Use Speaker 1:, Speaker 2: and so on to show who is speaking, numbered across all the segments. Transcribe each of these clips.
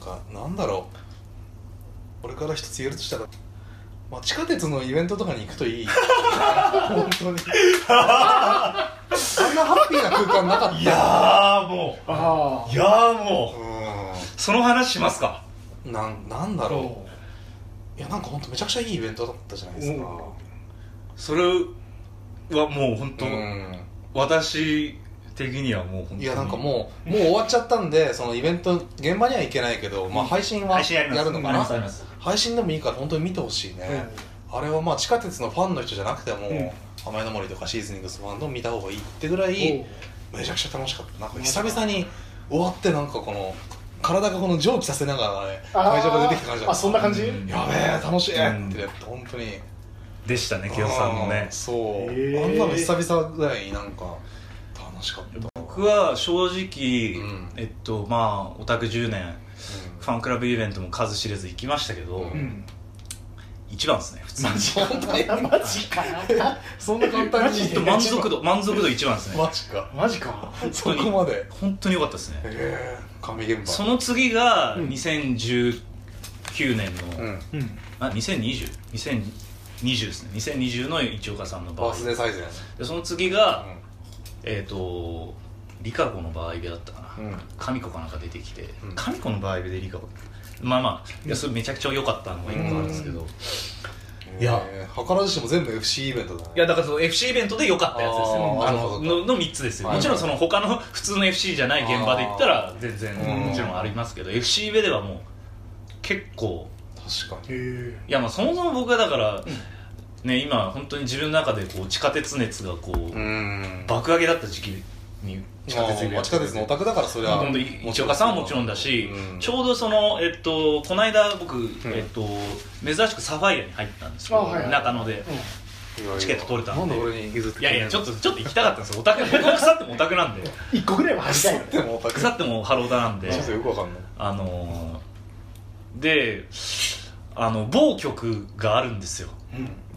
Speaker 1: かなんだろう俺から一つ言えるとしたら、まあ、地下鉄のイベントとかに行くといい本当にあんなハッピーな空間なかった
Speaker 2: いやーも
Speaker 3: あ
Speaker 2: ういやーも
Speaker 1: う
Speaker 2: うその話しますか
Speaker 1: んなんなんだろういやなんか本当めちゃくちゃいいイベントだったじゃないですか
Speaker 2: それはもう本当、
Speaker 1: うん
Speaker 2: 私的にはもう本当に
Speaker 1: いやなんかもうもう終わっちゃったんでそのイベント現場には行けないけど、まあ、配信は
Speaker 2: 配信や
Speaker 1: や
Speaker 2: ります
Speaker 1: るのか
Speaker 2: あり
Speaker 1: な
Speaker 2: ますあります
Speaker 1: 配信でもいいから本当に見てほしいね、あれはまあ地下鉄のファンの人じゃなくても、
Speaker 3: うん
Speaker 1: 雨の森とかシーズニングスファンの見た方がいいってぐらいめちゃくちゃ楽しかったなんか久々に終わってなんかこの体がこの蒸気させながらね会場が出てきた感じだ
Speaker 3: あそんな感じ
Speaker 2: うん
Speaker 1: やべえ楽しい
Speaker 2: うん
Speaker 1: って本当に
Speaker 2: でしたね清さんも
Speaker 1: あ
Speaker 2: ね
Speaker 1: ーそう、
Speaker 3: へー
Speaker 1: あんなの久々ぐらいになんか楽しかった、う
Speaker 2: 僕は正直、
Speaker 1: うん
Speaker 2: えっとまあオタク10年
Speaker 1: ん
Speaker 2: ファンクラブイベントも数知れず行きましたけど、
Speaker 1: うん
Speaker 3: うん
Speaker 2: 一番ですね普通に
Speaker 1: 本当に
Speaker 3: マジか
Speaker 1: そんな簡単に
Speaker 3: マジで
Speaker 2: 満足度満足度一番ですね
Speaker 1: マジか
Speaker 3: マジか
Speaker 1: そこまでへ
Speaker 2: 本当に良かったですね
Speaker 1: え神現場
Speaker 2: その次が
Speaker 3: うん
Speaker 2: 2019年
Speaker 1: う
Speaker 2: の、
Speaker 1: ん
Speaker 3: うん
Speaker 2: あ 2020?2020 ですね2020の一岡さんの場
Speaker 1: バ
Speaker 2: 合
Speaker 1: ースデーサイズやね
Speaker 2: でその次が、えっ、とリカ子の場合でだったか
Speaker 1: う
Speaker 2: な、
Speaker 1: ん、うん
Speaker 2: 神子かなんか出てきて、
Speaker 1: うん
Speaker 2: 神子の場合でリカ子まあまあいやそれめちゃくちゃ良かったのが一個あるんですけど、いいや
Speaker 1: えー図らずしも全部 FC イベントだね
Speaker 2: やだからその FC イベントで良かったやつですよ
Speaker 1: あー
Speaker 2: あ
Speaker 1: なるほ
Speaker 2: の
Speaker 1: ど
Speaker 2: のの3つですよ
Speaker 1: はい
Speaker 2: もちろんその他の普通の FC じゃない現場で言ったら全然
Speaker 1: うん
Speaker 2: もちろんありますけど FC 上ではもう結構
Speaker 1: 確かに
Speaker 3: へ
Speaker 2: いやまあそもそも僕はだから、ね今本当に自分の中でこう地下鉄熱がこう、
Speaker 1: うん
Speaker 2: 爆上げだった時期に
Speaker 1: 地下鉄
Speaker 2: に
Speaker 1: まあ地下鉄のオタクだからそりゃ
Speaker 2: 本当に一岡さんはもちろんだし、
Speaker 1: うん
Speaker 2: ちょうどその、えっと、この間僕、えっと、珍しくサファイアに入ったんですけど、
Speaker 3: あはいはい
Speaker 2: 中野でチケット取れた
Speaker 1: な
Speaker 2: んで
Speaker 1: んで俺に譲って
Speaker 2: いやいやちょっ
Speaker 1: と
Speaker 2: とちょっと行きたかったんですよオタク僕は腐ってもオタクなんで
Speaker 3: 一個ぐらいは入りたいよ
Speaker 1: でもオタク
Speaker 2: 腐ってもハロータなんで
Speaker 1: ちょっとよくわかんない
Speaker 2: あのーであの某局があるんですよ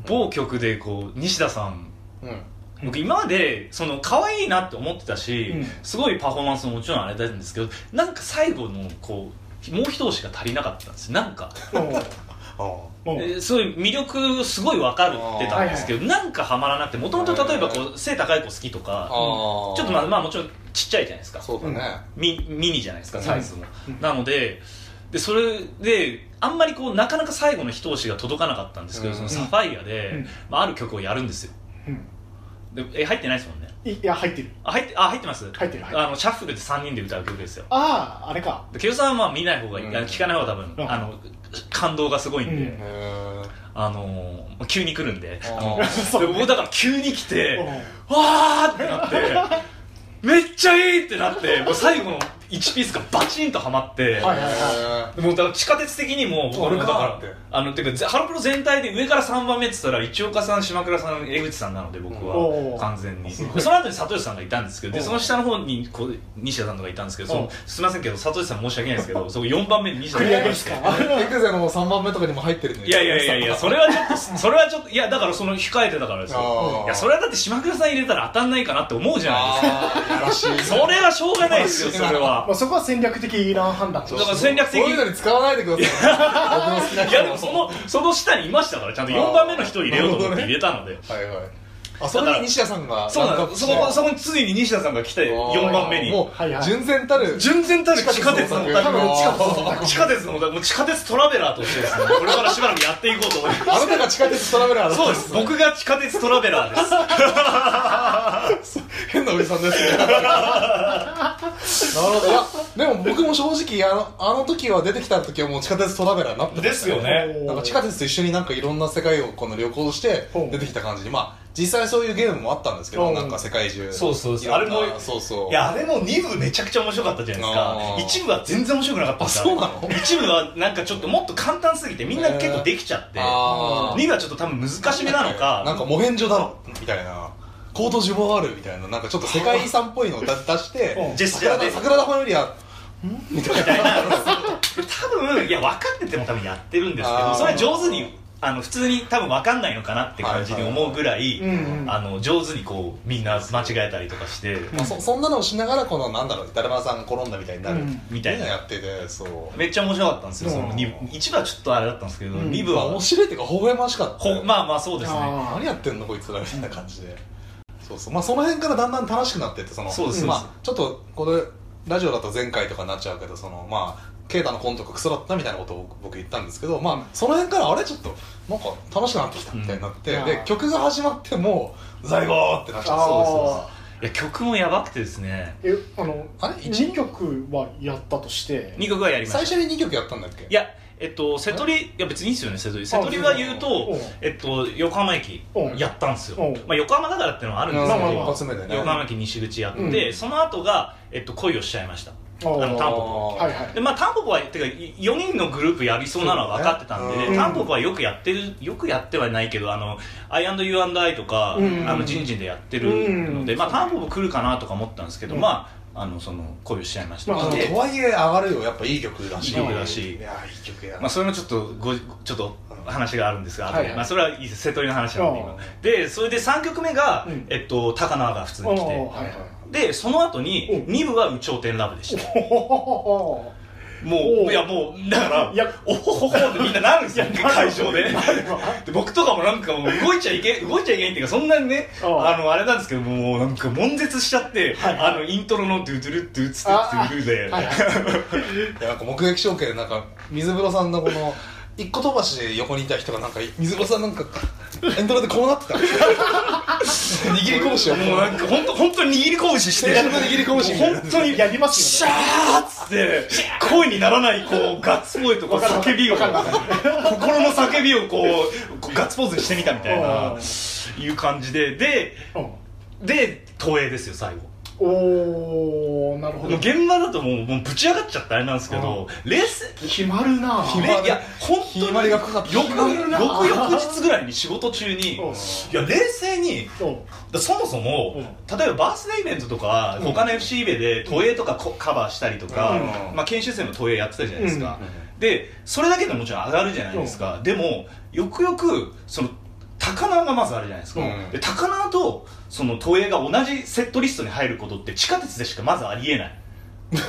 Speaker 2: 某局でこう西田さん
Speaker 1: うんうん
Speaker 2: 僕今までその可愛いなって思ってたし、
Speaker 3: うん
Speaker 2: すごいパフォーマンスももちろんあれだったんですけどなんか最後のこうもう一押しが足りなかったんですよなんか、
Speaker 1: ああ
Speaker 3: うん
Speaker 2: えーすごい魅力すごい分かるってたんですけど、なんかハマらなくてもともと例えばこう背高い子好きと
Speaker 1: あ
Speaker 2: か
Speaker 1: ー
Speaker 2: ちょっとまあまあもちろんちっちゃいじゃないですか
Speaker 1: そうだね
Speaker 2: ミミニじゃないですか
Speaker 1: うん
Speaker 2: サイズも、
Speaker 3: うん
Speaker 2: なのででそれであんまりこうなかなか最後の一押しが届かなかったんですけど、
Speaker 1: うん
Speaker 2: そのサファイアで、
Speaker 3: うん
Speaker 2: まあ、ある曲をやるんですよ
Speaker 3: うん
Speaker 2: でえ入ってないですもんね
Speaker 3: いや入ってる
Speaker 2: あ入ってあ入ってます
Speaker 3: 入ってる入ってる
Speaker 2: あのシャッフルで3人で歌う曲ですよ
Speaker 3: あああれか
Speaker 2: で清さんはまあ見ない方がいい、
Speaker 1: うん
Speaker 2: あの聞かない方が多分、
Speaker 3: うん
Speaker 2: あの感動がすごいんで、
Speaker 3: う
Speaker 1: へ
Speaker 3: ん
Speaker 1: え
Speaker 2: あのー急に来るんで
Speaker 1: あー
Speaker 2: あの で僕だから急に来て、
Speaker 3: うん
Speaker 2: わーってなってめっちゃいいってなってもう最後の1ピースがバチンとはまって、
Speaker 3: はいはいはい
Speaker 2: もうだから地下鉄的にも
Speaker 1: あ俺か
Speaker 2: だか
Speaker 1: って
Speaker 2: らあのてかぜハロプロ全体で上から3番目って言ったら一岡さん島倉さん江口さんなので僕
Speaker 3: お
Speaker 2: は
Speaker 3: ー
Speaker 2: 完全にその後に里吉さんがいたんですけどで
Speaker 3: おー
Speaker 2: その下の方にこう西田さんとかいたんですけどそ
Speaker 3: お
Speaker 2: の
Speaker 3: ー
Speaker 2: すみませんけど里吉さん申し訳ないですけどそこ4番目に西田
Speaker 3: 繰
Speaker 2: さん
Speaker 3: り
Speaker 2: が
Speaker 3: 上げ
Speaker 2: いま
Speaker 3: で
Speaker 2: し
Speaker 3: す
Speaker 2: て
Speaker 3: か
Speaker 1: エクゼの3番目とかにも入ってるのに
Speaker 2: いやいやいやいやそれはちょっとそれはちょっといやだからその控えてたからです
Speaker 1: あ
Speaker 2: よ
Speaker 1: ー
Speaker 2: いやそれはだって島倉さん入れたら当たんないかなって思うじゃないで
Speaker 1: ああやらしい
Speaker 2: すかそれはしょうがないですよそれは
Speaker 3: まあそこは戦略的な判断
Speaker 2: だから戦略的
Speaker 1: そういうのに使わないでください僕の好き ない人
Speaker 2: やでもそのその下にいましたからちゃんと4番目の人を入れようと思って入れたので
Speaker 1: はいはいあそこに西田さんが
Speaker 2: そうな
Speaker 1: ラン
Speaker 2: ん
Speaker 1: クアッ
Speaker 2: で
Speaker 1: プ
Speaker 2: すそ
Speaker 1: し
Speaker 2: こ
Speaker 1: て
Speaker 2: そこについに西田さんが来て4番目に
Speaker 1: も
Speaker 3: はいうはい
Speaker 1: 純然たる
Speaker 2: 純然たる地下鉄の
Speaker 1: 地
Speaker 2: 地
Speaker 1: 下鉄の
Speaker 2: 下
Speaker 1: オタ
Speaker 2: 鉄地下鉄のもう地下鉄トラベラーとして ですねこれからしばらくやっていこうと思いま
Speaker 1: あなたが地下鉄トラベラー
Speaker 2: す
Speaker 1: だ
Speaker 2: そうです僕が地下鉄トラベラーです
Speaker 1: 変なおじさんですね なるほどいやでも僕も正直あのあの時は出てきた時はもう地下鉄トラベラーになって
Speaker 2: ですよね
Speaker 1: なんか地下鉄と一緒になんかいろんな世界をこの旅行して
Speaker 3: ほう
Speaker 1: 出てきた感じにまあ実際そういうゲームもあったんですけ
Speaker 3: ほ
Speaker 1: ど
Speaker 3: う
Speaker 1: なんか世界中
Speaker 2: そうそうそう
Speaker 1: あれ
Speaker 2: あれ
Speaker 1: も
Speaker 2: も
Speaker 1: そうそう
Speaker 2: い
Speaker 1: い
Speaker 2: やあれも2部めちゃくちゃ面白かったじゃない
Speaker 1: あー
Speaker 2: ですか1部は全然面白くなかったんですよ
Speaker 1: あそうなの
Speaker 2: 一部はなんかちょっともっと簡単すぎてみんな結構できちゃって
Speaker 1: あー
Speaker 2: 2部はちょっと多分難しめなのか
Speaker 1: なんかモヘンジョだろみたいなコートジボワールみたいななんかちょっと世界遺産っぽい のを出出して
Speaker 3: うん
Speaker 2: ジェスチャーで
Speaker 1: 桜田桜田ファミリアんみたいな
Speaker 2: 多分いや分かってても多分やってるんですけ
Speaker 1: あ
Speaker 2: ど
Speaker 1: ー
Speaker 2: それ上手にあの普通に多分分かんないのかなって感じに思うぐらい、
Speaker 3: はいはいはいうんうん
Speaker 2: あの上手にこうみんな間違えたりとかして、
Speaker 1: まあ、そそんなのをしながらこのなんだろうだるまさんが転んだみたいになる、
Speaker 3: うん
Speaker 2: みたいな
Speaker 1: のやっててそう
Speaker 2: めっちゃ面白かったんですよ、その
Speaker 3: うん
Speaker 2: 1部はちょっとあれだったんですけど、
Speaker 3: うん
Speaker 2: 2部
Speaker 1: まあ
Speaker 2: は
Speaker 1: 面白いっていうか微笑ましかった
Speaker 2: ほまあまあそうですね
Speaker 3: あ
Speaker 1: 何やってんのこいつらみたいな感じで、そうそうまあその辺からだんだん楽しくなってってその
Speaker 2: そうです
Speaker 1: ま
Speaker 2: そう
Speaker 1: あちょっとこれラジオだと前回とかになっちゃうけどそのまあ啓太のコントがクソだったみたいなことを僕言ったんですけど、まあ、その辺からあれちょっとなんか楽しくなってきたみたいになって、
Speaker 3: うん
Speaker 1: で曲が始まってもう「在庫!」ってなっちゃって
Speaker 2: そ
Speaker 3: あ
Speaker 2: いや曲もやばくてですね
Speaker 3: ーえあの
Speaker 1: あれ
Speaker 3: 2曲はやったとして
Speaker 2: 2曲はやりま
Speaker 1: 最
Speaker 2: した
Speaker 1: 初に2曲やったんだっけ
Speaker 2: いやえっと瀬戸利いや別にいいですよね瀬戸利瀬戸利は言う
Speaker 3: う
Speaker 2: と
Speaker 3: ん
Speaker 2: えっと横浜駅
Speaker 3: うん
Speaker 2: やったんですよ
Speaker 3: うん
Speaker 2: まあ横浜だからっていうのはあるんです
Speaker 1: まあ
Speaker 2: け
Speaker 1: まあ
Speaker 2: ど
Speaker 1: 一発目でね
Speaker 2: 横浜駅西口やって、
Speaker 3: うん
Speaker 2: その後がえっと恋をしちゃいました
Speaker 3: あ
Speaker 2: あのタンポポ
Speaker 3: はいはい
Speaker 2: でまあタンポポはてか4人のグループやりそうなのは分かってたん
Speaker 1: そ
Speaker 2: で、
Speaker 1: うだ
Speaker 3: ねうん
Speaker 2: タンポポはよくやってるよくやってはないけどあの I&U&I とか、
Speaker 3: うん
Speaker 2: あの人事でやってるので、
Speaker 3: うん
Speaker 2: まあタンポポ来るかなとか思ったんですけど、
Speaker 3: うん
Speaker 2: まああのその恋をしちゃいました、
Speaker 3: ま
Speaker 1: あの
Speaker 2: で
Speaker 1: とはいえ上がるよやっぱいい曲らしい
Speaker 2: いい曲だし
Speaker 1: いやいい曲や
Speaker 2: まあ、それもちょっとごちょっと話があるんですが、
Speaker 3: はいはい
Speaker 2: まあ、それはいいです瀬戸利の話なんで今
Speaker 3: あ
Speaker 2: でそれで3曲目が、
Speaker 3: うん
Speaker 2: えっと、高輪が普通に来て
Speaker 3: あはいはい
Speaker 2: でその後に
Speaker 3: うん
Speaker 2: 2部は「有頂天ラブ」でした
Speaker 3: ほほほほ
Speaker 2: も
Speaker 3: お
Speaker 2: う
Speaker 3: う
Speaker 2: いやもうだから
Speaker 3: いや
Speaker 2: お ほほほってみんななるんですよ
Speaker 3: いや
Speaker 2: 会場で
Speaker 3: なるわ
Speaker 2: で僕とかもなんかもう動いちゃいけ動いちゃいけないっていうかそんなにね
Speaker 3: ああ
Speaker 2: あのあれなんですけどもうなんか悶絶しちゃって、
Speaker 3: はい
Speaker 2: あのイントロの「ドゥドゥルドゥツド
Speaker 3: あ
Speaker 2: ゥドゥルで、
Speaker 3: はいはい
Speaker 1: いやなんか目撃証券でなんか水風呂さんのこの一個飛ばしで横にいた人がなんか水風呂さんなんかエンドラでこうなってた 握り拳を
Speaker 2: もう
Speaker 1: もう
Speaker 2: なんか本当本当に握り拳して
Speaker 1: 青春の握り拳みたいな
Speaker 2: 本当に
Speaker 3: やります
Speaker 2: シ
Speaker 3: よ
Speaker 2: ャ
Speaker 3: ね
Speaker 2: ーっつって声にならないこうガッツ声とか
Speaker 3: わかる
Speaker 2: 叫びを
Speaker 3: わかるわか
Speaker 2: 心の叫びをこうこうガッツポーズにしてみたみたいな
Speaker 3: うん
Speaker 2: いう感じでで
Speaker 3: うん
Speaker 2: で投影ですよ最後
Speaker 3: おおなるほ
Speaker 2: もう
Speaker 3: ど
Speaker 2: 現場だともうもうぶち上がっちゃってあれなんですけど冷静
Speaker 3: 決まるな
Speaker 1: 決まる
Speaker 2: ねいや本当に
Speaker 1: ひまわりがかかってる
Speaker 2: 翌
Speaker 1: ひまわり
Speaker 2: 翌
Speaker 3: がかかってる
Speaker 2: 々日ぐらいに仕事中にい
Speaker 3: うん
Speaker 2: や冷静に
Speaker 3: うん
Speaker 2: だそもそも、例えばバースデーイベントとか、
Speaker 3: うん
Speaker 2: 他の FC イベで都営とかこカバーしたりとか、
Speaker 1: うん
Speaker 2: まあ、研修生も都営やってたじゃないですか、
Speaker 1: うん
Speaker 2: でそれだけでもちろん上がるじゃないですか、でもよくよくその高輪がまずあるじゃないですか、
Speaker 1: うん
Speaker 2: で高輪とその都営が同じセットリストに入ることって地下鉄でしかまずありえない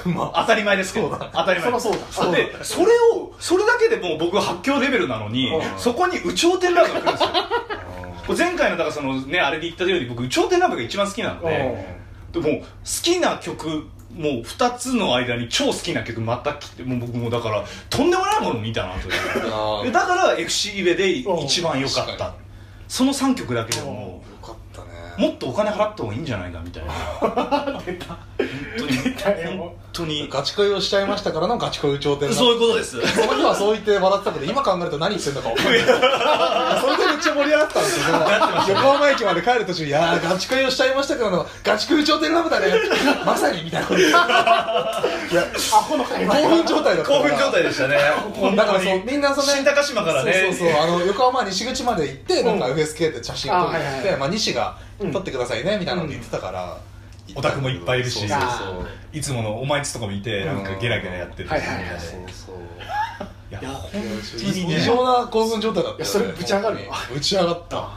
Speaker 1: ま
Speaker 2: 当たり前ですけど
Speaker 1: そう
Speaker 2: 当
Speaker 1: だ
Speaker 2: たり前
Speaker 3: そらそうだそうだ
Speaker 2: でそれをそれだけでもう僕は発狂レベルなのに、
Speaker 1: うん
Speaker 2: そこに有頂天ラブが来るんですよこれ前回のだからそのねあれで言ったように僕「有頂天ラブ」が一番好きなのででもう好きな曲もう2つの間に超好きな曲また来てもう僕もだからとんでもないもの見たなという
Speaker 1: あ
Speaker 2: で
Speaker 1: よ
Speaker 2: だから FC 上で一番良かっ
Speaker 1: う
Speaker 2: た
Speaker 1: ん
Speaker 2: その3曲だけでも
Speaker 1: かったね
Speaker 2: もっとお金払った方がいいんじゃないかみたいな本
Speaker 3: 出た
Speaker 2: 当に
Speaker 3: たよ
Speaker 2: 本当に
Speaker 1: ガチ恋をしちゃいましたからのガチ恋頂点そ
Speaker 2: そういうことです
Speaker 1: の日はそう言って笑ってたけど今考えると何言ってんだか分かんないそれでめっちゃ盛り上がったんですよ横浜駅まで帰る途中「いやーガチ恋をしちゃいましたからのガチ恋頂点ラブだねまさに」みたいなこと言って
Speaker 3: アホの会
Speaker 1: 興
Speaker 3: 話
Speaker 1: 奮状態だったから
Speaker 2: 興奮状態でした ね
Speaker 1: だからそうみんなそのね
Speaker 2: 新高島からね
Speaker 1: そうそうそうあの横浜西口まで行ってなんか FSK で写真撮って
Speaker 3: あはい
Speaker 1: き
Speaker 3: はい
Speaker 1: て
Speaker 3: はい
Speaker 1: まあ西が
Speaker 3: うん
Speaker 1: 撮ってくださいねみたいなの言ってたから
Speaker 2: オタクもいっぱいいるし
Speaker 1: そうそうそう
Speaker 2: いつものお前つとか見てなんかゲラゲラやってる
Speaker 3: はいはいはい
Speaker 1: そうそう
Speaker 2: いや
Speaker 1: い
Speaker 2: 本
Speaker 1: や
Speaker 2: 当にね
Speaker 1: 異常な興奮状態だったよね
Speaker 3: いやそれぶち上がるよ
Speaker 1: 本当にぶち上がったあ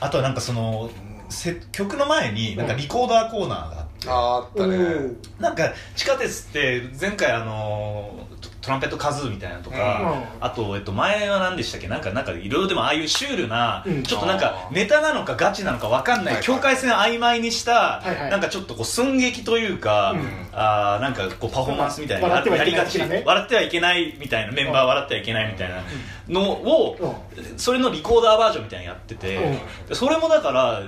Speaker 2: あとはなんかそのせ曲の前になんかリコーダーコーナーがあって
Speaker 1: ーあったね
Speaker 3: うん
Speaker 2: なんか地下鉄って前回あのトトランペットカズーみたいなのとか、
Speaker 3: う
Speaker 2: あと、えっと、前は何でしたっけなんかなんかいろいろでもああいうシュールな、
Speaker 3: うん
Speaker 2: ちょっとなんか
Speaker 1: あー
Speaker 2: ネタなのかガチなのかわかんない、
Speaker 1: はいはい
Speaker 2: 境界線曖昧にした、
Speaker 3: はいはい
Speaker 2: なんかちょっとこう寸劇というか、
Speaker 3: うん
Speaker 2: あーなんかこうパフォーマンスみたいなの
Speaker 3: 笑ってはい
Speaker 2: や
Speaker 3: け
Speaker 2: り
Speaker 3: ない
Speaker 2: がち
Speaker 3: 的なね
Speaker 2: 笑ってはいけないみたいなメンバー
Speaker 3: うん
Speaker 2: 笑ってはいけないみたいなのを、それのリコーダーバージョンみたいなのやってて、
Speaker 3: う
Speaker 2: でそれもだから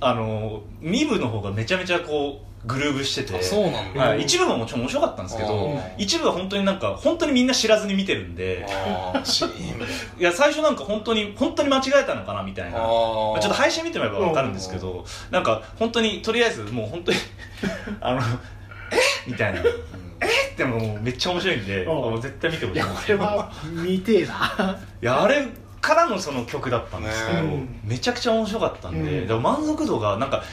Speaker 2: あの2部の方がめちゃめちゃこうグルーブしてて
Speaker 1: あそうなんだ
Speaker 2: はい、1部ももちろん面白かったんですけど
Speaker 1: あー
Speaker 2: 一部は本当になんか本当にみんな知らずに見てるんで
Speaker 1: あーシーン
Speaker 2: いや最初なんか本当に本当に間違えたのかなみたいな
Speaker 1: あ
Speaker 2: ま
Speaker 1: ー
Speaker 2: あちょっと配信見てもらえば分かるんですけどなんか本当にとりあえずもう本当に あのえみたいなえ
Speaker 1: うん
Speaker 2: ってもうめっちゃ面白いんで
Speaker 3: うん
Speaker 2: もう絶対見てほ
Speaker 3: い
Speaker 2: しい
Speaker 3: やこれは見てえない
Speaker 2: やあれからのその曲だったんですけど、
Speaker 1: ね
Speaker 3: うん
Speaker 2: めちゃくちゃ面白かったんで、
Speaker 3: うん
Speaker 2: だから満足度がなんか、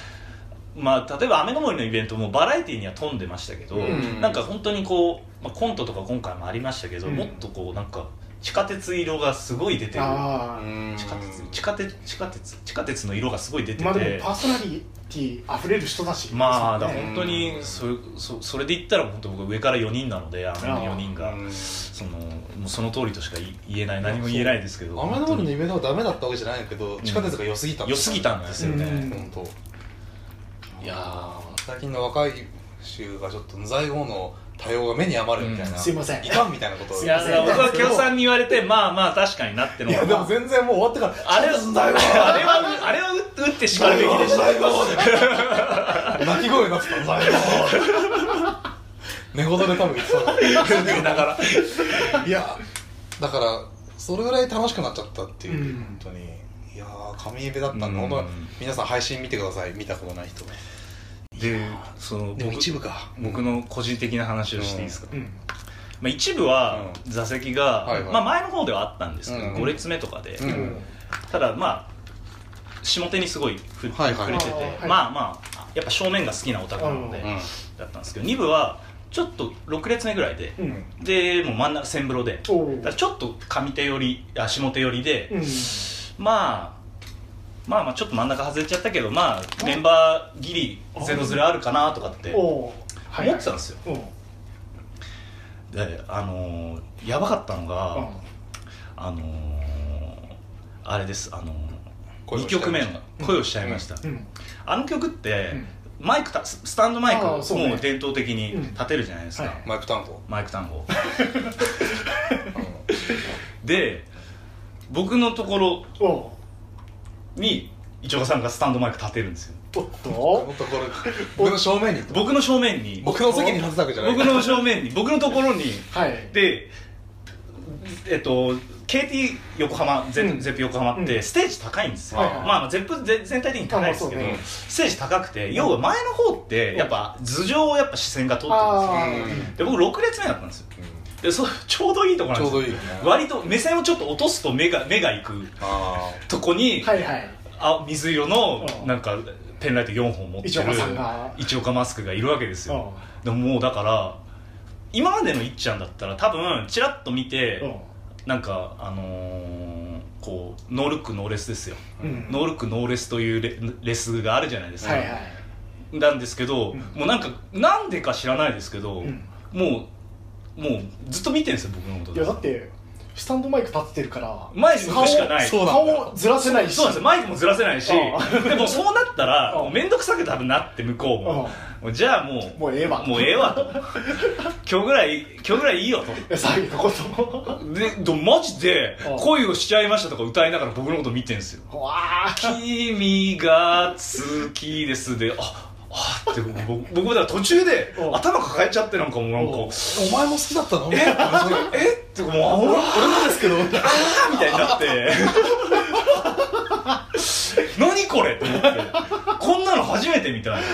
Speaker 2: まあ、例えば「雨の森」のイベントもバラエティーには富んでましたけど、
Speaker 1: うん
Speaker 2: なんか本当にこう、まあ、コントとか今回もありましたけど、
Speaker 3: うん
Speaker 2: もっとこうなんか地下鉄色がすごい出てる
Speaker 3: あ
Speaker 2: 地下鉄地下鉄地下鉄地下鉄の色がすごい出て
Speaker 3: あ
Speaker 2: て、
Speaker 3: まあでもパーソナリティ溢れる人だし
Speaker 2: まあだ
Speaker 3: そ
Speaker 2: か
Speaker 3: う
Speaker 2: ら
Speaker 3: ね
Speaker 2: 本当にそれそそれで言ったら本当僕上から4人なのであの4人がそのもうその通りとしか言い言えない何も言えないですけど
Speaker 1: 雨の森
Speaker 2: 本当
Speaker 1: の
Speaker 2: に
Speaker 1: 夢の方ダメだったわけじゃないけど地下鉄が良すぎた
Speaker 2: 良すぎたんですよね
Speaker 1: 本当
Speaker 2: いやー
Speaker 1: 最近の若い衆がちょっと無罪後の多様が目に余るみたいな、
Speaker 2: うん
Speaker 3: すいません
Speaker 1: いかんみたいなことを
Speaker 2: い
Speaker 1: い
Speaker 2: や
Speaker 1: や
Speaker 2: だから僕は京さんに言われてまあまあ確かになってのは
Speaker 1: でも全然もう終わってから
Speaker 2: あれはあれはあれは打ってしかるべきでした
Speaker 1: 泣き声になってた無罪後寝言で多分言ってたと思う
Speaker 2: 寝ながら
Speaker 1: いやだからそれぐらい楽しくなっちゃったっていう、
Speaker 3: うん
Speaker 1: 本当にいやー神エベだったんで、
Speaker 2: うん
Speaker 1: 本当に皆さん配信見てください見たことない人
Speaker 2: でその
Speaker 1: でも
Speaker 2: 僕
Speaker 1: 一部か
Speaker 2: 僕の個人的な話をしていいですか、
Speaker 3: うん
Speaker 2: まあ、一部は座席が、
Speaker 1: はいはい
Speaker 2: まあ、前の方ではあったんですけど、
Speaker 1: うん
Speaker 2: 5列目とかで、
Speaker 1: うん
Speaker 2: ただまあ下手にすごい振って
Speaker 1: はいはい
Speaker 2: くれてて、
Speaker 3: はい
Speaker 2: まあまあやっぱ正面が好きなオタクなので、
Speaker 3: う
Speaker 1: うん
Speaker 2: だったんですけど2部はちょっと6列目ぐらいで、
Speaker 3: うん
Speaker 2: でもう真ん中線風呂で
Speaker 3: おう
Speaker 2: だからちょっと上手寄りあ下手寄りで、
Speaker 3: うん
Speaker 2: まあまあまあちょっと真ん中外れちゃったけどまあメンバーギリゼロゼロあるかなとかって思
Speaker 3: おうはい
Speaker 2: ってたんですよ
Speaker 3: おう
Speaker 2: であのー、やばかったのが、あのー、あれですあの
Speaker 1: 声
Speaker 2: ー、
Speaker 1: を
Speaker 2: 2
Speaker 1: しちゃいました
Speaker 2: 曲目の「恋をしちゃいました」
Speaker 3: うん
Speaker 2: あの曲って、マイクたススタンドマイク
Speaker 3: あ
Speaker 2: を
Speaker 3: あそうね
Speaker 2: もう伝統的に立てるじゃないですか、
Speaker 3: うんはい
Speaker 1: マイク担当
Speaker 2: マイク単 語で僕のところ
Speaker 3: おう
Speaker 2: に一岡さんがスタンドマイク立てるんですよ
Speaker 3: おっ
Speaker 1: 僕
Speaker 3: と
Speaker 1: のところ僕の正面に
Speaker 2: 僕の正面に
Speaker 1: 僕の席に立てたわけじゃない
Speaker 2: 僕の正面に僕のところに
Speaker 3: はい
Speaker 2: でえっと KT 横浜ゼ,、
Speaker 3: うん
Speaker 2: ゼップ横浜っ
Speaker 3: う
Speaker 2: て
Speaker 3: ん
Speaker 2: ステージ高いんですよ、
Speaker 3: はいはい
Speaker 2: まあまあゼップ全全体的に高いですけど、
Speaker 3: あまあそうね
Speaker 2: ステージ高くて要は前の方ってやっぱ頭上をやっぱ視線が通ってるんですよ
Speaker 3: あ
Speaker 1: うん
Speaker 2: で僕6列目だったんですよ
Speaker 1: うん
Speaker 2: でそうちょうどいいところ
Speaker 1: ち
Speaker 2: なん
Speaker 1: ょ
Speaker 2: で
Speaker 1: う
Speaker 2: すよ
Speaker 1: どいいよね
Speaker 2: 割と目線をちょっと落とすと目が目が行く
Speaker 1: あ
Speaker 2: とこに、
Speaker 3: あはいはい
Speaker 2: あ水色の
Speaker 3: うん
Speaker 2: なんかペンライト4本持ってる
Speaker 3: 一岡さんが
Speaker 2: 一岡マスクがいるわけですよでももうだから今までのいっちゃんだったら多分チラッと見て
Speaker 3: おう
Speaker 2: なんかあのーこうノールックノーレスですよ
Speaker 3: うん
Speaker 2: ノールックノーレスというレレスがあるじゃないですか、
Speaker 3: はいはい
Speaker 2: なんですけど、
Speaker 3: うん
Speaker 2: もうなんかなんでか知らないですけど、
Speaker 3: うん
Speaker 2: もうもうずっと見てるんですよ僕のこと
Speaker 3: いやだってスタンドマイク立ってるから
Speaker 2: 前に向くしかない
Speaker 3: 顔
Speaker 1: そう
Speaker 3: を
Speaker 1: なんだ
Speaker 3: 顔をずらせないし
Speaker 2: そうなんですよマイクもずらせないし
Speaker 3: う
Speaker 2: でもそうなったら
Speaker 3: うん
Speaker 2: もう面倒くさく多分なって向こうももうじゃあもう
Speaker 3: もうええわ
Speaker 2: もうええわと今日ぐらい今日ぐらいいいよと
Speaker 3: いや最後のこと
Speaker 2: ででもマジで
Speaker 3: うん
Speaker 2: 恋をしちゃいましたとか歌いながら僕のこと見てんですよ
Speaker 3: うわあ
Speaker 2: 君が好きですでああって僕僕僕もだから途中で
Speaker 3: うん
Speaker 2: 頭抱えちゃってなんかもうなんか
Speaker 3: うん
Speaker 1: ーお前も好きだった の
Speaker 2: ええってもうあほら
Speaker 1: 俺もですけど
Speaker 2: みたいになって 何これと思ってこんなの初めてみたいな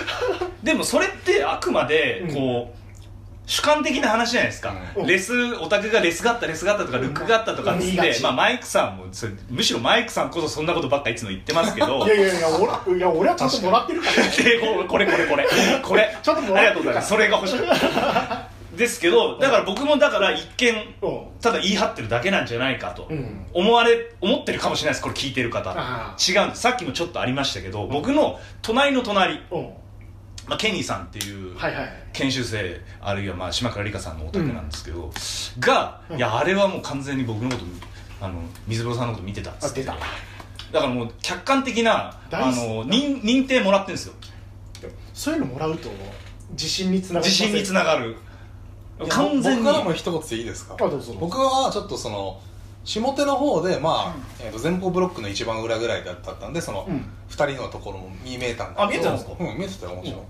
Speaker 2: でもそれってあくまでこう、主観的な話じゃないですか、
Speaker 3: うん
Speaker 2: レスオタクがレスがあったレスがあったとかルックがあったとかっつっ
Speaker 3: うん言い
Speaker 2: て
Speaker 3: が、ち
Speaker 2: まあ、マイクさんもそれむしろマイクさんこそそんなことばっかいつも言ってますけど
Speaker 3: いやいやいや俺いや俺はちゃんともらってるから
Speaker 2: でこれこれこれこれ
Speaker 3: ちょっとも
Speaker 2: あり
Speaker 3: らって
Speaker 2: がと
Speaker 3: るから
Speaker 2: うございますそれが 欲しいですけどだから僕もだから一見
Speaker 3: おう
Speaker 2: ただ言い張ってるだけなんじゃないかと、
Speaker 3: うん
Speaker 2: 思われ思ってるかもしれないですこれ聞いてる方
Speaker 3: あ
Speaker 2: 違うんですさっきもちょっとありましたけど僕の隣の隣、
Speaker 3: おう
Speaker 2: まあ、ケニーさんっていう
Speaker 3: はいはい
Speaker 2: 研修生あるいはまあ島倉理香さんのお宅なんですけど、がいやあれはもう完全に僕のことあの水風呂さんのこと見てたっつ
Speaker 3: あ
Speaker 2: って
Speaker 3: 出た
Speaker 2: だからもう客観的な
Speaker 3: 大好
Speaker 2: あ
Speaker 3: き
Speaker 2: の認認定もらってるんですよ
Speaker 3: そういうのもらうと自信につながる
Speaker 2: 自信につながる完全に
Speaker 1: 僕からも一言でいいですか
Speaker 3: あどうぞ
Speaker 1: 僕はちょっとその下手の方で、まあえー、と前方ブロックの一番裏ぐらいだったんでその、
Speaker 3: うん
Speaker 1: 二人のところも見えたんだけど
Speaker 2: あ見えてたんですか
Speaker 1: うん見えてたよもちろん、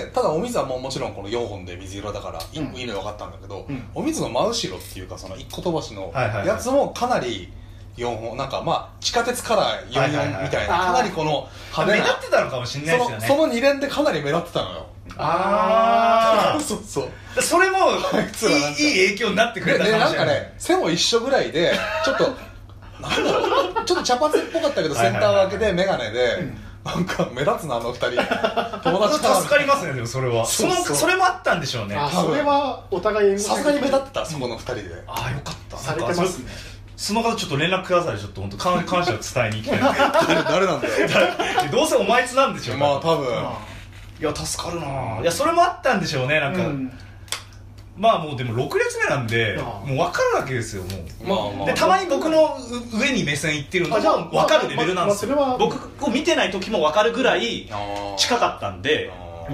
Speaker 1: でただお水はもうもちろんこの4本で水色だからいい
Speaker 3: うん
Speaker 1: いいの分かったんだけど、
Speaker 3: うん
Speaker 1: お水の真後ろっていうかその一個飛ばしの
Speaker 2: はいはいはい
Speaker 1: やつもかなり4本なんかまあ地下鉄から44
Speaker 2: はいはいはい
Speaker 1: みたいな
Speaker 3: あー
Speaker 1: かなりこの派
Speaker 2: 目
Speaker 1: 手
Speaker 2: 立ってたのかもしれないで
Speaker 1: な
Speaker 2: すよね
Speaker 1: そのその2連でかなり目立ってたのよ
Speaker 2: あー
Speaker 1: そうそう
Speaker 2: それも
Speaker 1: いつらなんか
Speaker 2: いいいい影響になってくれ
Speaker 1: で
Speaker 2: た
Speaker 1: で
Speaker 2: かも
Speaker 1: な
Speaker 2: し
Speaker 1: ん
Speaker 2: れ
Speaker 1: か
Speaker 2: ない
Speaker 1: ね背も一緒ぐらいでちょっとなんだろうちょっと茶髪っぽかったけどセンター分けで眼鏡で、なんか目立つなあの二人友達から
Speaker 2: 助かりますねでもそれはそ
Speaker 1: そうそう
Speaker 2: のそれもあったんでしょうね
Speaker 3: あ
Speaker 2: あ
Speaker 1: 多分
Speaker 3: それはお互い援護
Speaker 1: さすがに目立ってたそこの二人で
Speaker 2: あーよかった
Speaker 3: されてますね
Speaker 2: その方ちょっと連絡くださいちょっと本当感感謝を伝えに行きたいな
Speaker 1: 誰誰なんだよ
Speaker 2: どうせお前つなんでしょう
Speaker 1: まあ多
Speaker 3: ま
Speaker 1: 分
Speaker 3: あ
Speaker 2: いや助かるないやそれもあったんでしょうねなんか、
Speaker 3: うん
Speaker 2: まあもうでも6列目なんで
Speaker 3: ああ
Speaker 2: もう分かるわけですよもう
Speaker 1: まあま
Speaker 2: で
Speaker 1: あ
Speaker 2: たまに僕のう上に目線いってるの
Speaker 3: あじゃあ
Speaker 2: も分かるレベルなんですよ、
Speaker 3: まあまあそれは
Speaker 2: 僕を見てない時も分かるぐらい近
Speaker 1: っ
Speaker 2: かったんでっ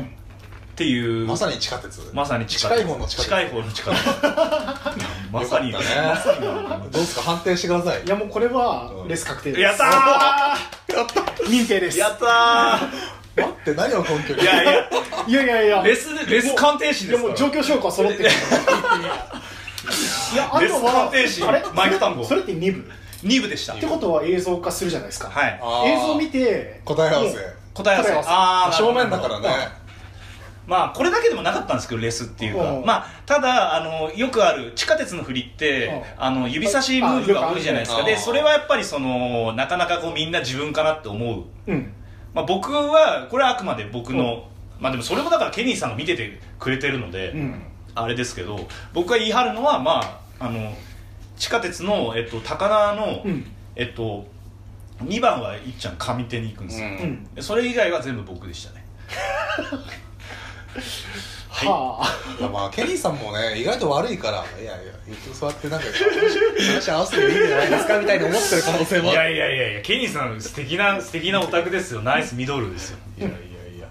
Speaker 2: ていう
Speaker 1: まさに地下鉄
Speaker 2: まさに近かった
Speaker 1: 近い方の近い
Speaker 2: 近い方の近いまさに
Speaker 1: よかったね
Speaker 2: まさに
Speaker 1: どうですか判定してください
Speaker 3: いやもうこれはレス確定です
Speaker 2: やった
Speaker 3: ー 認定で
Speaker 2: ー
Speaker 3: す
Speaker 2: やった
Speaker 1: 待って何を根拠
Speaker 2: ー
Speaker 1: に
Speaker 2: いやいや
Speaker 3: いやいやいや
Speaker 2: レスレス鑑定士
Speaker 3: い
Speaker 2: で
Speaker 3: や
Speaker 2: す
Speaker 3: も
Speaker 2: から
Speaker 3: う状況証拠は揃ってるいやあと
Speaker 2: レス鑑
Speaker 3: は
Speaker 2: 定士
Speaker 3: あれ
Speaker 2: マイク単語
Speaker 3: それって2部
Speaker 2: 2部でした
Speaker 3: ってことは映像化するじゃないですか、
Speaker 2: はい
Speaker 1: あー
Speaker 3: 映像を見て
Speaker 1: 答え合わ
Speaker 3: もう
Speaker 1: せ
Speaker 2: 答え合わせ
Speaker 3: 答え合わせ
Speaker 2: あー
Speaker 1: 正面だからね
Speaker 2: まあこれだけでもなかったんですけどレスっていうか、
Speaker 3: うん
Speaker 2: まあただあのよくある地下鉄の振りって、
Speaker 3: う
Speaker 2: あの指差しムーブが多いじゃないですか
Speaker 1: あ
Speaker 2: で
Speaker 1: あ
Speaker 2: それはやっぱりそのなかなかこうみんな自分かなって思う、
Speaker 3: うん
Speaker 2: まあ、僕はこれはあくまで僕の、まあでもそれもだからケニーさんが見ててくれてるので、
Speaker 3: うん
Speaker 2: あれですけど僕が言い張るのはまああの地下鉄の、えっと、高輪の、
Speaker 3: うん
Speaker 2: えっと2番はいっちゃん上手に行くんですよ、
Speaker 1: うん
Speaker 3: うん
Speaker 2: でそれ以外は全部僕でしたねはい
Speaker 3: はあ
Speaker 1: いやまあケニーさんもね意外と悪いからいやいや言ってそうやってなんか話合わせてもいいんじゃないですかみたいに思ってる可能性
Speaker 2: い
Speaker 1: もあ
Speaker 2: や
Speaker 1: る
Speaker 2: いやいやいやケニーさん素敵 な素敵なオタクですよナイスミドルですよいやいやいや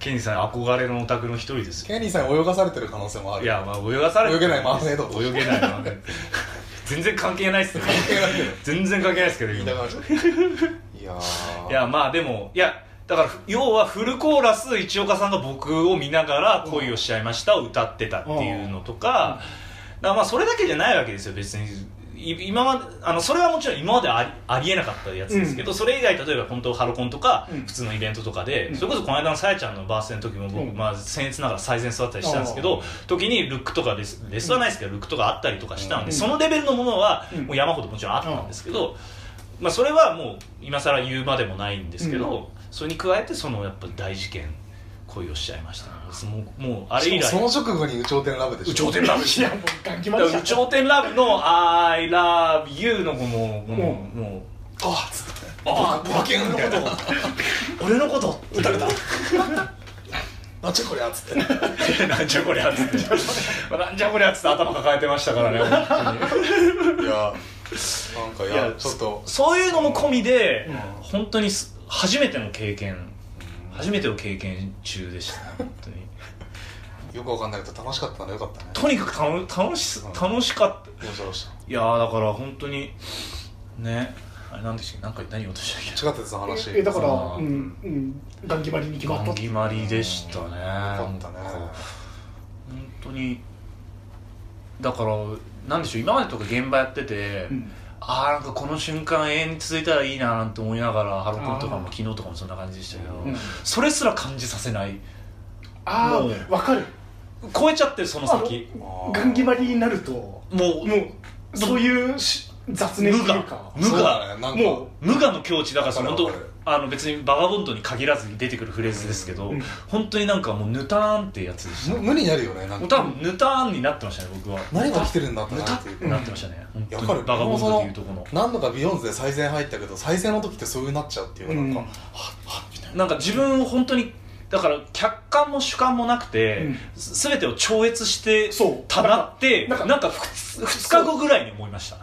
Speaker 2: ケニーさん憧れのオタクの一人ですよ
Speaker 1: ケニーさんに泳がされてる可能性もある
Speaker 2: いやまあ泳がされて
Speaker 1: 泳げないマーメイドと
Speaker 2: 泳げないマーメイド全然関係ないっすね
Speaker 1: 関係ないけど
Speaker 2: 全然関係ないっすけど
Speaker 1: 言い
Speaker 2: 今
Speaker 1: たくなっちゃったいやー
Speaker 2: いやまあでもいやだから要はフルコーラス一岡さんが僕を見ながら「恋をしちゃいました」を歌ってたっていうのとか,、だからまあそれだけじゃないわけですよ別にい今まであのそれはもちろん今までありありえなかったやつですけど、それ以外例えば本当ハロコンとか、
Speaker 3: うん
Speaker 2: 普通のイベントとかで、
Speaker 3: うん
Speaker 2: それこそこの間のさやちゃんのバースデーの時も僕、
Speaker 3: うん
Speaker 2: まあ僭越ながら最前座ったりしたんですけど、時にルックとかレスレスはないですけど、ルックとかあったりとかしたんで、
Speaker 3: うん
Speaker 2: そのレベルのものは
Speaker 3: うん
Speaker 2: もう山ほどもちろんあったんですけど、まあ、それはもう今更言うまでもないんですけど、それに加えてそのやっぱ大事件恋をしちゃいましたねもうもうあれ以
Speaker 1: しかも
Speaker 2: 来
Speaker 1: その直後に「有頂天ラブ」でしょ
Speaker 2: 有頂天ラブ
Speaker 3: いやもうガン決ま
Speaker 2: だ
Speaker 3: っ
Speaker 2: か
Speaker 3: ち
Speaker 2: ら
Speaker 3: ゃ
Speaker 2: 有頂天ラブの「I love you」のもうもうもう
Speaker 1: あっつって
Speaker 2: あ
Speaker 1: バキュンみたいな
Speaker 2: あ俺のこと
Speaker 1: 撃たれたなんじゃこりゃっつって
Speaker 2: なんじゃこりゃっつってまあ なんじゃこりゃっつって頭抱えてましたからね本当
Speaker 1: い
Speaker 2: に
Speaker 1: やなんかいや
Speaker 2: いや
Speaker 1: ちょっと
Speaker 2: そういうのも込みで、
Speaker 3: うん
Speaker 2: 本当にす初めての経験初めての経験中でしたね本当に
Speaker 1: よくわかんないけど楽しかったのよかったね
Speaker 2: とにかく楽楽し楽しかった
Speaker 1: 面白いし
Speaker 2: いやーだから本当にねあれなんでしたっけなんか何を落としたっ
Speaker 1: 地下鉄の話
Speaker 3: ええだから
Speaker 2: あー
Speaker 3: うんうんガン決まりに
Speaker 2: け
Speaker 3: 決ま
Speaker 2: ガン
Speaker 3: った
Speaker 2: ギマリでしたねよ
Speaker 1: よかったね
Speaker 2: 本当にだからなんでしょう今までとか現場やってて、
Speaker 3: うん
Speaker 2: ああなんかこの瞬間永遠に続いたらいいなーなんて思いながらハロコンとかも
Speaker 3: あー
Speaker 2: 昨日とかもそんな感じでしたけど、
Speaker 3: うん
Speaker 2: それすら感じさせない
Speaker 3: あ
Speaker 2: も
Speaker 3: あ
Speaker 2: う
Speaker 3: わかる
Speaker 2: 超えちゃってるその先
Speaker 1: あー
Speaker 3: ガン決まりになるとも
Speaker 2: もう
Speaker 3: うそういうし雑念っていうか
Speaker 2: 無我
Speaker 1: そうだねなんか
Speaker 3: も
Speaker 2: 無我の境地だからその
Speaker 1: わか
Speaker 2: 本
Speaker 1: る
Speaker 2: 当あの別にバガボンドに限らずに出てくるフレーズですけど、
Speaker 3: うん
Speaker 2: 本当になんかもうヌターンってやつでした
Speaker 1: む
Speaker 2: も
Speaker 1: 無になるよねなん
Speaker 2: う
Speaker 1: か
Speaker 2: 多分ヌターンになってましたね僕は
Speaker 1: 何が起きてるんだって
Speaker 2: ヌ
Speaker 1: な
Speaker 2: タ
Speaker 1: って
Speaker 2: ー
Speaker 1: い
Speaker 2: ンっ
Speaker 1: う
Speaker 2: てなってましたね、
Speaker 1: いやわ
Speaker 2: 本当
Speaker 1: か
Speaker 2: に
Speaker 1: る
Speaker 2: バガボンドっていうとこの
Speaker 1: 何度かビヨンズで再生入ったけど再生の時ってそういうなっちゃうっていうかなんか、
Speaker 3: う
Speaker 1: は
Speaker 3: ん
Speaker 1: っはっみたいな
Speaker 2: なんか自分を本当にだから客観も主観もなくて、
Speaker 3: うん
Speaker 2: す全てを超越して
Speaker 3: そう
Speaker 2: たなって
Speaker 3: なん
Speaker 2: な
Speaker 3: か
Speaker 2: んか 2, 日後ぐらいに思いました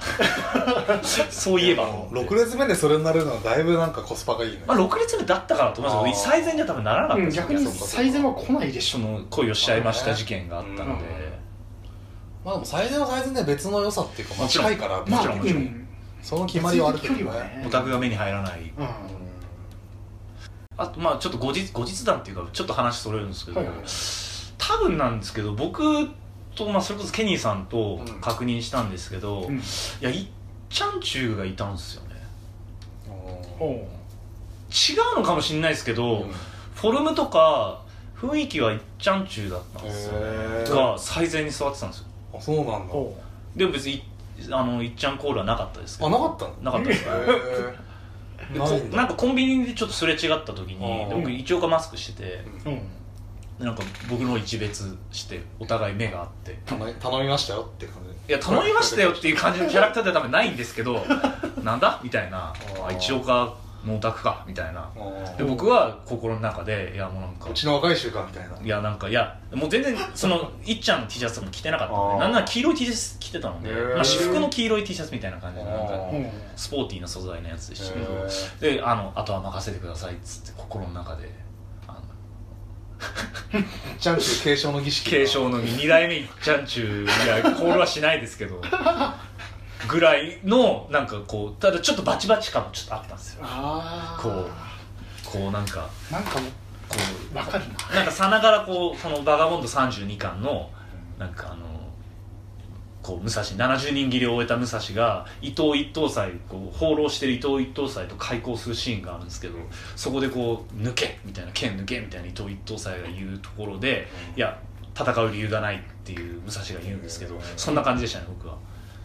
Speaker 2: そういえばと思って
Speaker 1: 6列目でそれになるのはだいぶなんかコスパがいいね、
Speaker 2: まあ、6列目だったからと思いますけ
Speaker 1: あー
Speaker 2: ど最善じゃ多分ならなかった
Speaker 3: う
Speaker 2: で
Speaker 3: ん
Speaker 2: すよ
Speaker 3: 逆
Speaker 2: ね
Speaker 3: に
Speaker 1: そうか
Speaker 3: 最善は来ないでし
Speaker 2: そ
Speaker 3: ょ
Speaker 2: の恋をしちゃいました事件があったので、
Speaker 1: まあでも最善は最善で別の良さっていうか、まあ、
Speaker 2: もちろん
Speaker 1: 近いから
Speaker 2: ま
Speaker 1: 別
Speaker 2: あ
Speaker 1: に
Speaker 2: もちろん
Speaker 3: うん
Speaker 1: その決まりはあるけどね
Speaker 3: 距離はね
Speaker 2: オタクが目に入らない
Speaker 3: うん
Speaker 2: あとまあちょっと後日後日談っていうかちょっと話それるんですけど、
Speaker 3: はいはいはい
Speaker 2: 多分なんですけど僕と、まあ、それこそケニーさんと
Speaker 1: うん
Speaker 2: 確認したんですけど、
Speaker 3: うん
Speaker 2: いやいっちゃんちゅうがいたんですよね
Speaker 1: うん
Speaker 3: おう
Speaker 2: 違うのかもしれないですけど、
Speaker 1: うん
Speaker 2: フォルムとか雰囲気はいっちゃんちゅうだったんですよね
Speaker 1: へー
Speaker 2: が最善に座ってたんですよ
Speaker 1: あそうなんだ
Speaker 3: おう
Speaker 2: でも別にいあのいっちゃんコールはなかったですけ
Speaker 1: あ
Speaker 2: ど
Speaker 1: なかったの
Speaker 2: なかったですけど
Speaker 1: へ
Speaker 2: でこ
Speaker 1: ないんだ
Speaker 2: なんかコンビニでちょっとすれ違った時に
Speaker 1: あー
Speaker 2: 僕一応かマスクしてて
Speaker 3: うん
Speaker 2: でなんか僕の一別してお互い目があって
Speaker 1: 頼頼みましたよって感じ
Speaker 2: いや頼みましたよっていう感じのキャラクターでは多分ないんですけど なんだみたいな
Speaker 1: ー
Speaker 2: あ一応かのオタクかみたいな
Speaker 1: あー
Speaker 2: で僕は心の中でいやもうなんか
Speaker 1: うちの若い衆かみたいない
Speaker 2: やなんかいやもう全然そのいっちゃんの T シャツも着てなかったん
Speaker 1: あー
Speaker 2: でなんなら黄色い T シャツ着てたので、
Speaker 1: へー
Speaker 2: まあ、私服の黄色い T シャツみたいな感じでなん
Speaker 1: あ
Speaker 2: か
Speaker 1: ー
Speaker 3: うん
Speaker 2: スポーティーな素材のやつでしたけど
Speaker 1: へ
Speaker 2: であのあとは任せてくださいっつって心の中であの
Speaker 1: ちゃんという継承の儀式
Speaker 2: 継承の2代目いっちゃんちゅういやコールはしないですけどぐらいのなんかこうただちょっとバチバチ感もちょっとあったんですよ
Speaker 3: ああ
Speaker 2: こうこうなんか
Speaker 3: なんかも
Speaker 2: こ
Speaker 3: うわかるな
Speaker 2: うなんかさながらこうその「バガボンド32巻」のなんかあのこう武蔵70人切りを終えた武蔵が伊藤一等祭こう放浪してる伊藤一等祭と開交するシーンがあるんですけどそこでこう「抜け」みたいな「剣抜け」みたいな伊藤一等祭が言うところでいや戦う理由がないっていう武蔵が言うんですけどそんな感じでしたね僕は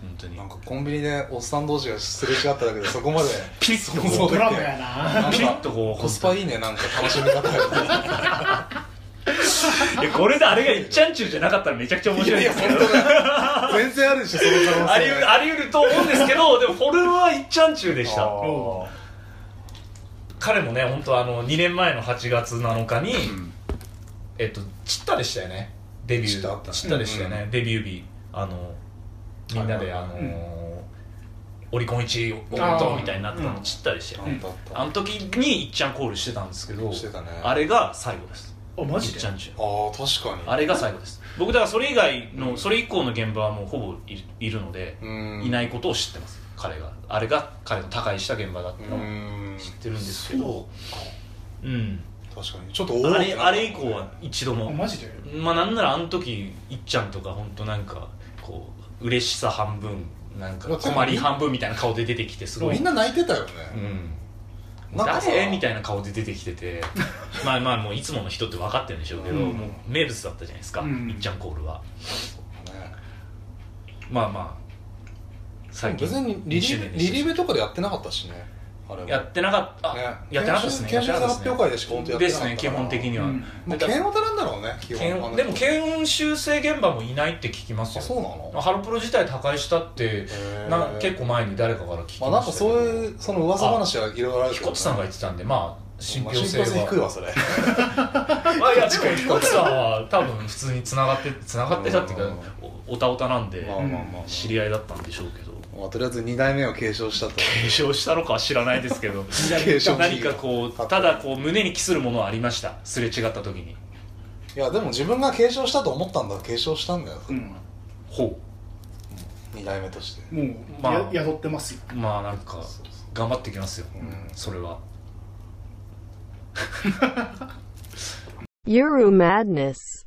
Speaker 2: 本当に
Speaker 1: なんかコンビニでおっさん同士がすれ違っただけでそこ まで
Speaker 2: ピリッと
Speaker 1: そ
Speaker 2: こ
Speaker 1: う
Speaker 3: ドラマやな
Speaker 1: なん
Speaker 2: う
Speaker 1: か
Speaker 2: ピリッとこう
Speaker 1: コスパいいねなんか楽しみ方が
Speaker 2: いやこれであれがいっちゃんちゅうじゃなかったらめちゃくちゃ面
Speaker 1: い
Speaker 2: 白
Speaker 1: や
Speaker 2: い
Speaker 1: いや
Speaker 2: です
Speaker 1: 本
Speaker 2: けど
Speaker 1: 当だよ全然あるでしょその可能性
Speaker 2: ありうるあり得ると思うんですけどでもフォルムはいっちゃんちゅうでした
Speaker 1: あー
Speaker 2: 彼もね本当あの2年前の8月7日に、えっとチッタでしたよねデビュー
Speaker 1: チッタあったね
Speaker 2: チッタでしたよね、デビュー日あのみんなで
Speaker 1: は
Speaker 2: あ
Speaker 1: い
Speaker 2: のー、
Speaker 3: うん
Speaker 2: オリコン1位おめでとうみたいになったのチッタでしたよ
Speaker 1: あ
Speaker 2: ね、
Speaker 1: ったあった
Speaker 2: あの時にいっちゃんコールしてたんですけど
Speaker 1: してたね
Speaker 2: あれが最後です
Speaker 3: あマジ
Speaker 2: い
Speaker 3: で
Speaker 2: っちゃんちゅう
Speaker 1: あー確かに
Speaker 2: あれが最後です僕だからそれ以外の、
Speaker 1: うん
Speaker 2: それ以降の現場はもうほぼいいるので、
Speaker 1: うん
Speaker 2: いないいことを知ってます彼があれが彼の他界した現場だっ
Speaker 1: う
Speaker 2: たのを
Speaker 1: ん
Speaker 2: 知ってるんですけどうん
Speaker 1: 確かにちょっと大きな
Speaker 2: あれあれ以降は一度
Speaker 3: あ
Speaker 2: も
Speaker 3: マジで
Speaker 2: まあなんならあの時いっちゃんとか本当なんかこう嬉しさ半分なんか困り半分みたいな顔で出てきてすごい
Speaker 1: みんな泣いてたよ
Speaker 2: う
Speaker 1: ね
Speaker 2: ん
Speaker 1: なんかさ
Speaker 2: 誰みたいな顔で出てきててまあまあもういつもの人って分かってるんでしょうけど、
Speaker 3: うん
Speaker 2: もう名物だったじゃないですか、
Speaker 3: うん
Speaker 2: いっちゃんコールは
Speaker 1: ね
Speaker 2: まあまあ最近
Speaker 1: 別にリリ
Speaker 2: 2周年でし
Speaker 1: リ
Speaker 2: た
Speaker 1: リベとかでやってなかったしねあれも
Speaker 2: やってなかった、あ
Speaker 1: ね
Speaker 2: やってなかったですね
Speaker 1: 研修
Speaker 2: やってなかった
Speaker 1: 発表会でしか本当やってなかった
Speaker 2: ですね基本的には、
Speaker 3: うん
Speaker 1: まあ
Speaker 2: だから
Speaker 1: 剣オタなんだろうね基本あの
Speaker 2: 検でも研修生現場もいないって聞きます
Speaker 1: あ
Speaker 2: よ
Speaker 1: そうなの
Speaker 2: ハロプロ自体他界したって
Speaker 1: へー
Speaker 2: な結構前に誰かから聞き
Speaker 1: まあ
Speaker 2: ま
Speaker 1: なん
Speaker 2: し
Speaker 1: か
Speaker 2: た
Speaker 1: そう
Speaker 2: け
Speaker 1: いうその噂話はいろいろあ
Speaker 2: ど
Speaker 1: るけど
Speaker 2: 彦
Speaker 1: ね
Speaker 2: 津さんが言ってたんでまあ信
Speaker 1: まあ
Speaker 2: 憑性は
Speaker 1: 信憑性低いわそれ
Speaker 2: まあいやでも彦津さんは多分普通に繋がって繋がってたっていうかおおたおたなんで
Speaker 1: まあまあまあ
Speaker 2: 知り合いだったんでしょうけど
Speaker 1: まあとりあえず2代目を継承したと
Speaker 2: 継承したのかは知らないですけど
Speaker 1: 継承
Speaker 2: 何かこうただこう胸に期するものはありましたすれ違った時に
Speaker 1: いやでも自分が継承したと思ったんだ継承したんだよ
Speaker 3: うん
Speaker 2: ほ
Speaker 1: 2代目として
Speaker 3: もう、
Speaker 2: まあ
Speaker 3: や宿ってますよ
Speaker 2: うまあなんか頑張ってきますよ
Speaker 1: うん
Speaker 2: それは
Speaker 4: Euro Madness.